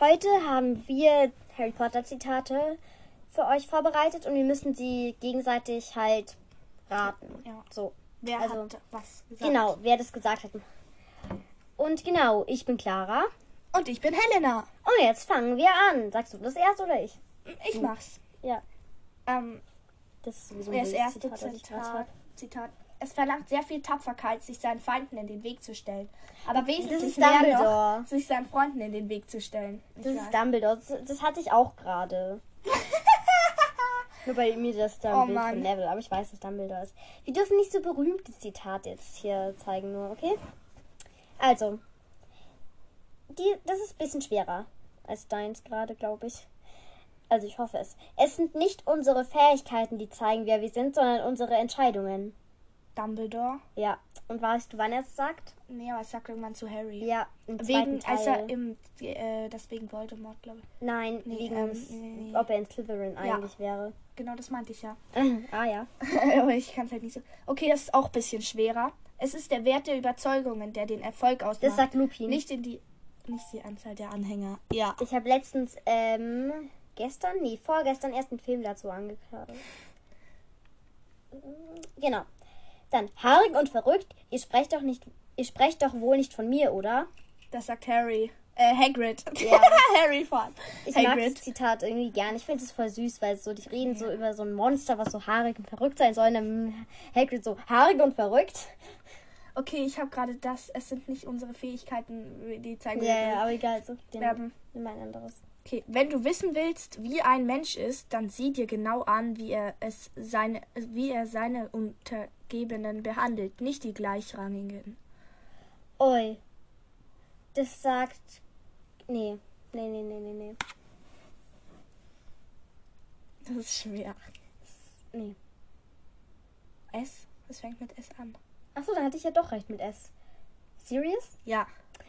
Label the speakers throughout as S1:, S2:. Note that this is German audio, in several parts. S1: Heute haben wir Harry Potter Zitate für euch vorbereitet und wir müssen sie gegenseitig halt raten.
S2: Ja.
S1: So.
S2: Wer
S1: Also,
S2: hat was gesagt?
S1: Genau, wer das gesagt hat. Und genau, ich bin Clara.
S2: Und ich bin Helena.
S1: Und jetzt fangen wir an. Sagst du das erst oder ich? Hm.
S2: Ich mach's.
S1: Ja.
S2: Ähm,
S1: Das ist sowieso ein
S2: das
S1: blödes
S2: erste
S1: Zitat, was ich
S2: Zitat,
S1: rausfahre.
S2: Zitat. Es verlangt sehr viel Tapferkeit, sich seinen Feinden in den Weg zu stellen. Aber wesentlich
S1: ist
S2: mehr
S1: Dumbledore.
S2: noch, sich seinen Freunden in den Weg zu stellen. Ich
S1: Das
S2: weiß.
S1: ist Dumbledore. Das, das hatte ich auch gerade. Nur bei mir das
S2: Oh
S1: Dumbledore
S2: Mann.
S1: von Level, aber ich weiß, dass Dumbledore ist. Wir dürfen nicht so berühmtes Zitat jetzt hier zeigen, nur, okay? Also, die, das ist ein bisschen schwerer als deins gerade, glaube ich. Also ich hoffe es. Es sind nicht unsere Fähigkeiten, die zeigen, wer wir sind, sondern unsere Entscheidungen.
S2: Dumbledore?
S1: Ja. Und weißt du, wann er es sagt?
S2: Nee, aber das sagt irgendwann zu Harry.
S1: Ja, im zweiten
S2: Wegen,
S1: Teil.
S2: als er im, äh, das wegen Voldemort, glaube ich.
S1: Nein,
S2: Nee,
S1: wegen,
S2: ähm, nee, nee.
S1: ob er in Slytherin eigentlich wäre.
S2: Genau, das meinte ich ja.
S1: ah ja.
S2: aber ich kann es halt nicht so. Okay, das ist auch ein bisschen schwerer. Es ist der Wert der Überzeugungen, der den Erfolg ausmacht.
S1: Das sagt Lupin.
S2: Nicht in die. Nicht die Anzahl der Anhänger. Ja.
S1: Ich habe letztens, ähm, gestern, nee, vorgestern erst einen Film dazu angeklagt. Genau. Dann, haarig und verrückt, ihr sprecht doch nicht, ihr sprecht doch wohl nicht von mir, oder?
S2: Das sagt Harry. Äh, Hagrid.
S1: Ja.
S2: Harry Potter.
S1: Ich mag das
S2: Hagrid.
S1: Zitat irgendwie gern. Ich finde es voll süß, weil so, die reden so über so ein Monster, was so haarig und verrückt sein soll. Und dann Hagrid so, haarig und verrückt?
S2: Okay, ich habe gerade das. Es sind nicht unsere Fähigkeiten, die zeigen
S1: Ja,
S2: wir
S1: ja,
S2: nicht.
S1: aber genau. egal, so. Den,
S2: Ähm.
S1: nimm ein anderes.
S2: Okay, wenn du wissen willst, wie ein Mensch ist, dann sieh dir genau an, wie er es seine, wie er seine Untergebenen behandelt, nicht die Gleichrangigen.
S1: Oi. Das sagt. Nee. Nee, nee, nee, nee, nee.
S2: Das ist schwer.
S1: Nee.
S2: S? Es fängt mit S an.
S1: Achso, dann hatte ich ja doch recht mit S. Serious?
S2: Ja.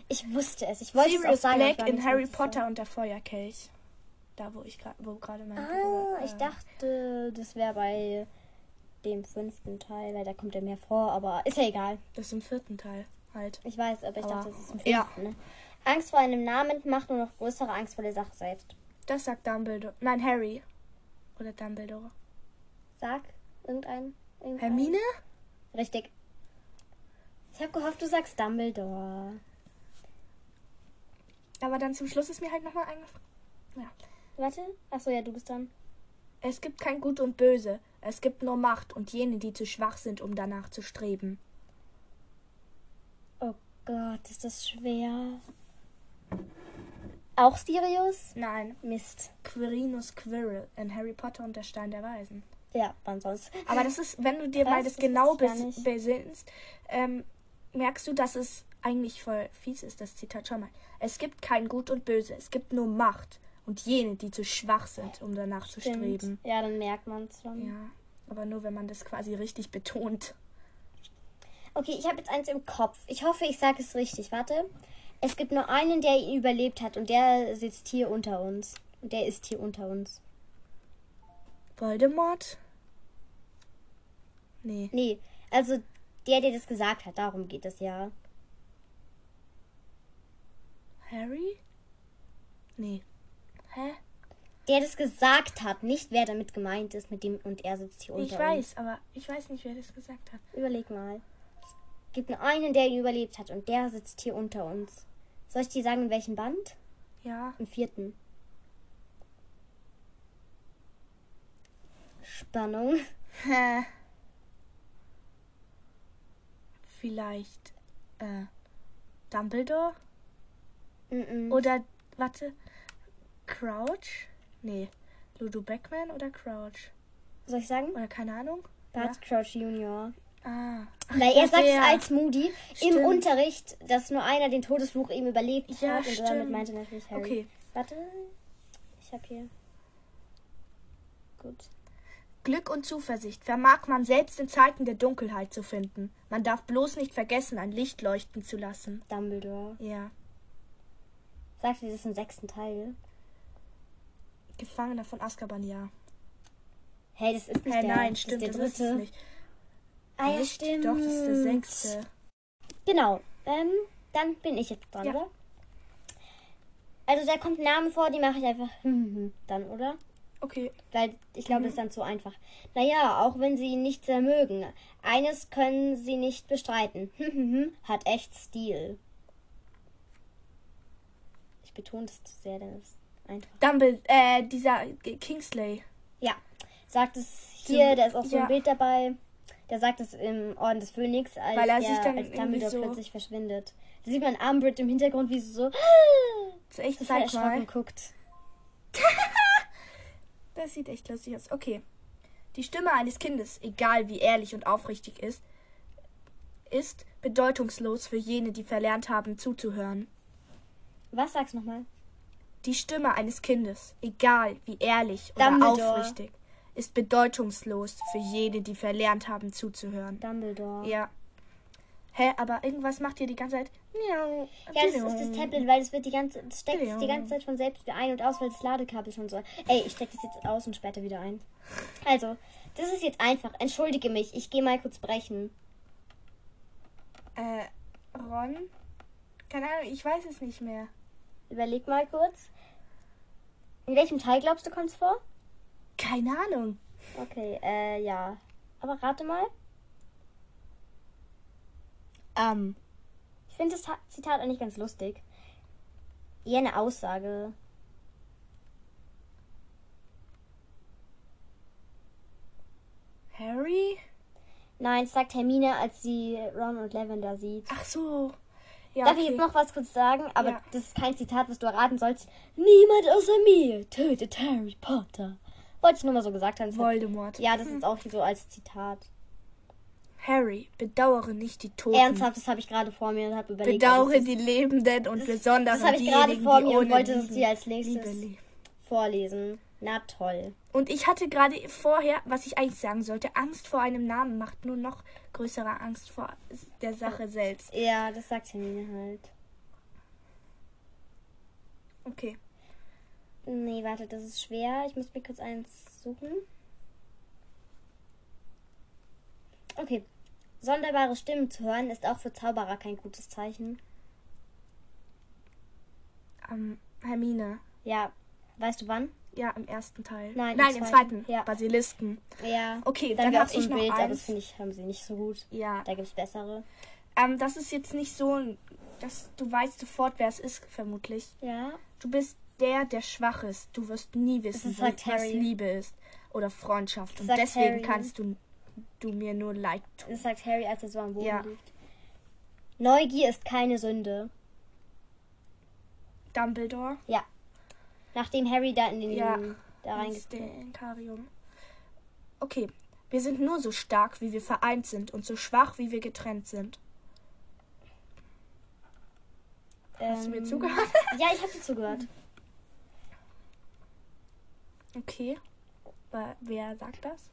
S1: Ich wusste es. Ich wollte es
S2: Sirius
S1: auch sagen. aber ich
S2: Black
S1: war
S2: in
S1: nicht
S2: Harry
S1: ganz sicher.
S2: Potter und der Feuerkelch. Da, wo ich gerade, wo gerade mein Bruder,
S1: Ah,
S2: äh,
S1: ich dachte, das wäre bei dem fünften Teil, weil da kommt er mehr vor, aber ist ja egal.
S2: Das ist im vierten Teil halt.
S1: Ich weiß, aber ich
S2: Aber-
S1: dachte, das ist im fünften.
S2: ja.
S1: Ne? Angst vor einem Namen macht nur noch größere Angst vor der Sache selbst.
S2: Das sagt Dumbledore. Nein, Harry. Oder Dumbledore.
S1: Sag irgendein. irgendein.
S2: Hermine?
S1: Richtig. Ich habe gehofft, du sagst Dumbledore.
S2: Aber dann zum Schluss ist mir halt nochmal eingefallen. Ja.
S1: Warte. Achso, ja, du bist dran.
S2: Es gibt kein Gut und Böse. Es gibt nur Macht und jene, die zu schwach sind, um danach zu streben.
S1: Oh Gott, ist das schwer. Auch Sirius?
S2: Nein.
S1: Mist.
S2: Quirinus Quirrell in Harry Potter und der Stein der Weisen.
S1: Ja, wann sonst?
S2: Aber das ist, wenn du dir
S1: Krass,
S2: mal das
S1: das wusste
S2: genau
S1: ich gar
S2: bes
S1: nicht.
S2: besinnst, ähm, merkst du, dass es eigentlich voll fies ist, das Zitat. Schau mal. Es gibt kein Gut und Böse. Es gibt nur Macht und jene, die zu schwach sind, um danach zu streben.
S1: Ja, dann merkt man es schon.
S2: Ja. Aber nur, wenn man das quasi richtig betont.
S1: Okay, ich habe jetzt eins im Kopf. Ich hoffe, ich sage es richtig. Warte. Es gibt nur einen, der ihn überlebt hat und der sitzt hier unter uns. Und der ist hier unter uns.
S2: Voldemort? Nee.
S1: Nee, also der, der das gesagt hat, darum geht es ja.
S2: Harry? Nee. Hä?
S1: Der das gesagt hat, nicht wer damit gemeint ist mit dem und er sitzt hier unter
S2: ich
S1: uns.
S2: weiß, aber ich weiß nicht, wer das gesagt hat.
S1: Überleg mal. Es gibt nur einen, der ihn überlebt hat und der sitzt hier unter uns. Soll ich dir sagen, in welchem Band?
S2: Ja.
S1: Im vierten. Spannung.
S2: Hä? Vielleicht äh, Dumbledore?
S1: Mm-mm.
S2: Oder, warte, Crouch? Nee. Ludo Beckman oder Crouch?
S1: Soll ich sagen?
S2: Oder keine Ahnung?
S1: Bart Crouch Junior.
S2: Ah.
S1: Weil er
S2: das
S1: sagt
S2: der.
S1: es als Moody im
S2: Stimmt.
S1: Unterricht, dass nur einer den Todesfluch ihm überlebt
S2: Ja,
S1: hat. Und damit
S2: stimmt.
S1: meinte er natürlich Harry.
S2: Okay.
S1: Warte. Ich hab hier. Gut.
S2: Glück und Zuversicht vermag man selbst in Zeiten der Dunkelheit zu finden. Man darf bloß nicht vergessen, ein Licht leuchten zu lassen.
S1: Dumbledore.
S2: Ja.
S1: Sagt ihr das im sechsten Teil?
S2: Gefangener von Azkaban, ja.
S1: Hey, das ist nicht
S2: Hä,
S1: der.
S2: nein,
S1: das
S2: stimmt,
S1: ist der
S2: das ist es
S1: dritte.
S2: nicht.
S1: Ah ja,
S2: Nicht?
S1: stimmt.
S2: Doch, das ist der sechste.
S1: Genau. Ähm, dann bin ich jetzt dran,
S2: Ja.
S1: oder? Also da kommt ein Name vor, die mache ich einfach dann, oder?
S2: Okay.
S1: Weil ich glaube,
S2: Mhm.
S1: das ist dann zu einfach. Naja, auch wenn sie ihn nicht sehr mögen. Eines können sie nicht bestreiten. Hat echt Stil. Ich betone das zu sehr, denn es ist einfach.
S2: Dumble, äh, dieser G- Kingsley.
S1: Ja, sagt es hier, da ist auch so
S2: Ja.
S1: ein Bild dabei. Der sagt es im Orden des Phönix, als,
S2: Weil er
S1: der,
S2: sich dann
S1: als
S2: irgendwie
S1: Dumbledore
S2: so-
S1: plötzlich verschwindet. Da sieht man Umbridge im Hintergrund, wie sie so
S2: Das ist echt
S1: total
S2: Zeig mal.
S1: erschrocken guckt.
S2: Das sieht echt lustig aus. Okay. Die Stimme eines Kindes, egal wie ehrlich und aufrichtig ist, ist bedeutungslos für jene, die verlernt haben zuzuhören.
S1: Was sagst du nochmal?
S2: Die Stimme eines Kindes, egal wie ehrlich oder
S1: Dumbledore.
S2: aufrichtig, ist bedeutungslos für jene, die verlernt haben zuzuhören.
S1: Dumbledore.
S2: Ja. Hä, aber irgendwas macht ihr die ganze Zeit. Miau.
S1: Ja, das ist das Tablet, weil es wird die ganze, es steckt sich die
S2: Genau.
S1: ganze Zeit von selbst wieder ein und aus, weil das Ladekabel schon so. Ey, ich stecke das jetzt aus und später wieder ein. Also, das ist jetzt einfach. Entschuldige mich, ich gehe mal kurz brechen.
S2: Äh, Ron? Keine Ahnung, ich weiß es nicht mehr.
S1: Überleg mal kurz. In welchem Teil glaubst du kommst vor?
S2: Keine Ahnung.
S1: Okay, äh, ja. Aber rate mal.
S2: Ähm,
S1: Ich finde das Ta- Zitat eigentlich ganz lustig. Eher eine Aussage.
S2: Harry?
S1: Nein, es sagt Hermine, als sie Ron und Lavender sieht.
S2: Ach so. Ja,
S1: Darf ich
S2: okay.
S1: jetzt noch was kurz sagen? Aber
S2: Ja.
S1: das ist kein Zitat, was du erraten sollst. Niemand außer mir tötet Harry Potter. Wollte ich nur mal so gesagt haben. Das hat-
S2: Voldemort.
S1: Ja, das ist auch so als Zitat.
S2: Harry, bedauere nicht die Toten.
S1: Ernsthaft, das habe ich gerade vor mir und habe überlegt. ob
S2: Bedauere
S1: ich
S2: die Lebenden und
S1: das-
S2: besonders
S1: das habe ich gerade
S2: diejenigen,
S1: vor
S2: die
S1: mir und
S2: ohne
S1: wollte es
S2: Liebe-
S1: dir als
S2: Liebe
S1: nächstes
S2: leben.
S1: vorlesen. Na toll.
S2: Und ich hatte gerade vorher, was ich eigentlich sagen sollte, Angst vor einem Namen macht nur noch größere Angst vor der Sache selbst.
S1: Ja, das sagt Hermine halt.
S2: Okay.
S1: Nee, warte, das ist schwer. Ich muss mir kurz eins suchen. Okay. Sonderbare Stimmen zu hören ist auch für Zauberer kein gutes Zeichen.
S2: Ähm, Hermine.
S1: Ja, weißt du wann?
S2: Ja, im ersten Teil.
S1: Nein, im
S2: im
S1: zweiten.
S2: zweiten.
S1: Ja.
S2: Basilisken.
S1: Ja.
S2: Okay,
S1: dann
S2: dann,
S1: wäre auch
S2: habe
S1: so ein
S2: ich noch
S1: Bild, aber das
S2: eins.
S1: finde ich, haben sie nicht so gut.
S2: Ja,
S1: Da gibt es bessere.
S2: ähm, das ist jetzt nicht so, ein- dass du weißt sofort, wer es ist, vermutlich.
S1: Ja.
S2: Du bist der, der schwach ist. Du wirst nie wissen,
S1: ist halt
S2: was was
S1: Harry.
S2: Liebe ist oder Freundschaft. Und
S1: sagt
S2: deswegen
S1: Harry.
S2: kannst du, du mir nur leid tun.
S1: Das sagt Harry, als er so am Boden
S2: Ja.
S1: liegt. Neugier ist keine Sünde.
S2: Dumbledore.
S1: Nachdem Harry da in den
S2: Ja.
S1: da
S2: Ins
S1: reingekommen
S2: Denkarium. Okay. Wir sind nur so stark, wie wir vereint sind und so schwach, wie wir getrennt sind. Hast du mir zugehört?
S1: ähm, Ja, ich habe dir zugehört.
S2: Okay. Wa- Wer sagt das?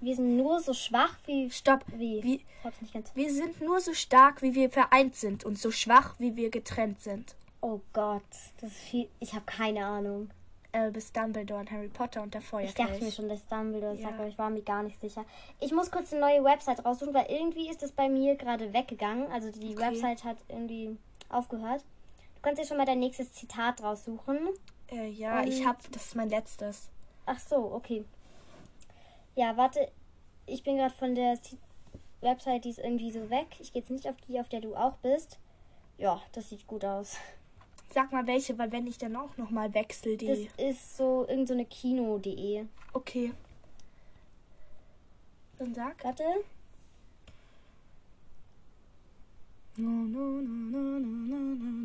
S1: Wir sind nur so schwach wie.
S2: Stopp.
S1: Wie?
S2: Wie,
S1: Ich hab's nicht ganz.
S2: Wir sind nur so stark, wie wir vereint sind und so schwach, wie wir getrennt sind.
S1: Oh Gott, das ist viel. Ich habe keine Ahnung.
S2: Albus Äh, Dumbledore und Harry Potter und der
S1: Ich dachte mir
S2: Feuerkelch.
S1: schon, dass Dumbledore das
S2: Ja.
S1: sagt, aber ich war mir gar nicht sicher. Ich muss kurz eine neue Website raussuchen, weil irgendwie ist das bei mir gerade weggegangen. Also die
S2: Okay.
S1: Website hat irgendwie aufgehört. Du kannst dir schon mal dein nächstes Zitat raussuchen.
S2: Äh, ja, ich
S1: Und-
S2: hab, das ist mein letztes.
S1: Ach so, okay. Ja, warte. Ich bin gerade von der Zi- Website, die ist irgendwie so weg. Ich gehe jetzt nicht auf die, auf der du auch bist. Ja, das sieht gut aus.
S2: Sag mal welche, weil wenn ich dann auch nochmal wechsle,
S1: Das
S2: die.
S1: ist so irgend so eine Kino.de.
S2: Okay. Dann sag.
S1: Warte.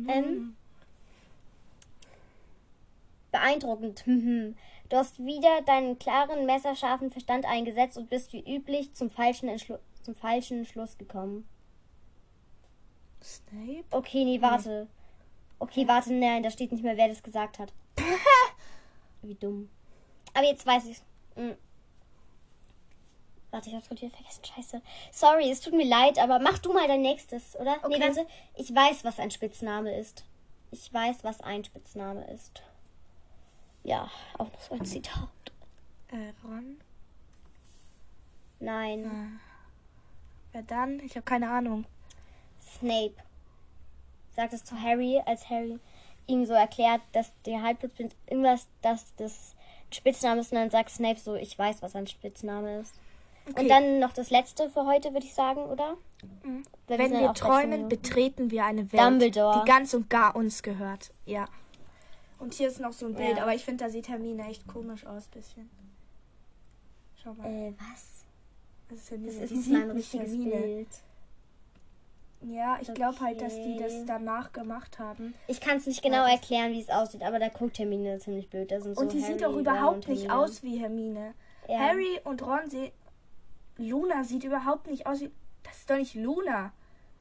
S1: Ähm. Beeindruckend. Mhm. Du hast wieder deinen klaren, messerscharfen Verstand eingesetzt und bist wie üblich zum falschen, Entschlu zum falschen Schluss gekommen.
S2: Snape?
S1: Okay, nee, warte. Okay, warte, nein, da steht nicht mehr, wer das gesagt hat. Wie dumm. Aber jetzt weiß ich's. Mhm. Warte, ich hab's gerade wieder vergessen. Scheiße. Sorry, es tut mir leid, aber mach du mal dein nächstes, oder? Nee,
S2: Okay.
S1: warte. Ich weiß, was ein Spitzname ist. Ich weiß, was ein Spitzname ist. Ja, auch noch so ein Zitat.
S2: Äh, Ron?
S1: Nein.
S2: Äh, Wer dann? Ich habe keine Ahnung.
S1: Snape sagt es zu Harry, als Harry ihm so erklärt, dass der Halbblut bin- irgendwas, dass das ein Spitzname ist. Und dann sagt Snape so, ich weiß, was ein Spitzname ist.
S2: Okay. Mhm.
S1: Und dann noch das letzte für heute, würde ich sagen, oder? Weil
S2: Wenn
S1: sind
S2: wir
S1: auch gleich schon
S2: träumen,
S1: so-
S2: betreten wir eine Welt,
S1: Dumbledore.
S2: die ganz und gar uns gehört. Ja. Und hier ist noch so ein Bild,
S1: Ja.
S2: aber ich finde, da sieht Hermine echt komisch aus, bisschen. Schau mal.
S1: Äh, was?
S2: Das ist Hermine.
S1: Das
S2: die
S1: ist nicht
S2: sieht
S1: mal ein richtiges
S2: Hermine.
S1: Bild.
S2: Ja, ich glaube halt, dass die das
S1: Okay.
S2: danach gemacht haben.
S1: Ich kann es nicht genau
S2: Ja.
S1: erklären, wie es aussieht, aber da guckt Hermine ziemlich blöd. Da sind so
S2: und die
S1: Also Harry,
S2: sieht auch
S1: Ron
S2: überhaupt
S1: und
S2: nicht
S1: Hermine.
S2: aus wie Hermine.
S1: Ja.
S2: Harry und Ron sehen. Luna sieht überhaupt nicht aus wie. Das ist doch nicht Luna.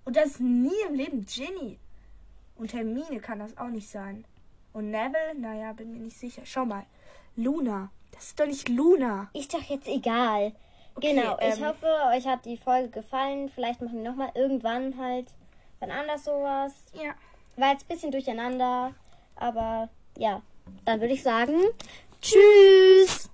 S2: Und das ist nie im Leben Ginny. Und Hermine kann das auch nicht sein. Und Neville, naja, bin mir nicht sicher. Schau mal. Luna. Das ist doch nicht Luna.
S1: Ist doch jetzt egal.
S2: Okay,
S1: genau, ich
S2: ähm,
S1: hoffe, euch hat die Folge gefallen. Vielleicht machen wir nochmal irgendwann halt wann anders sowas.
S2: Ja.
S1: War jetzt ein bisschen durcheinander, aber ja, dann würde ich sagen, tschüss!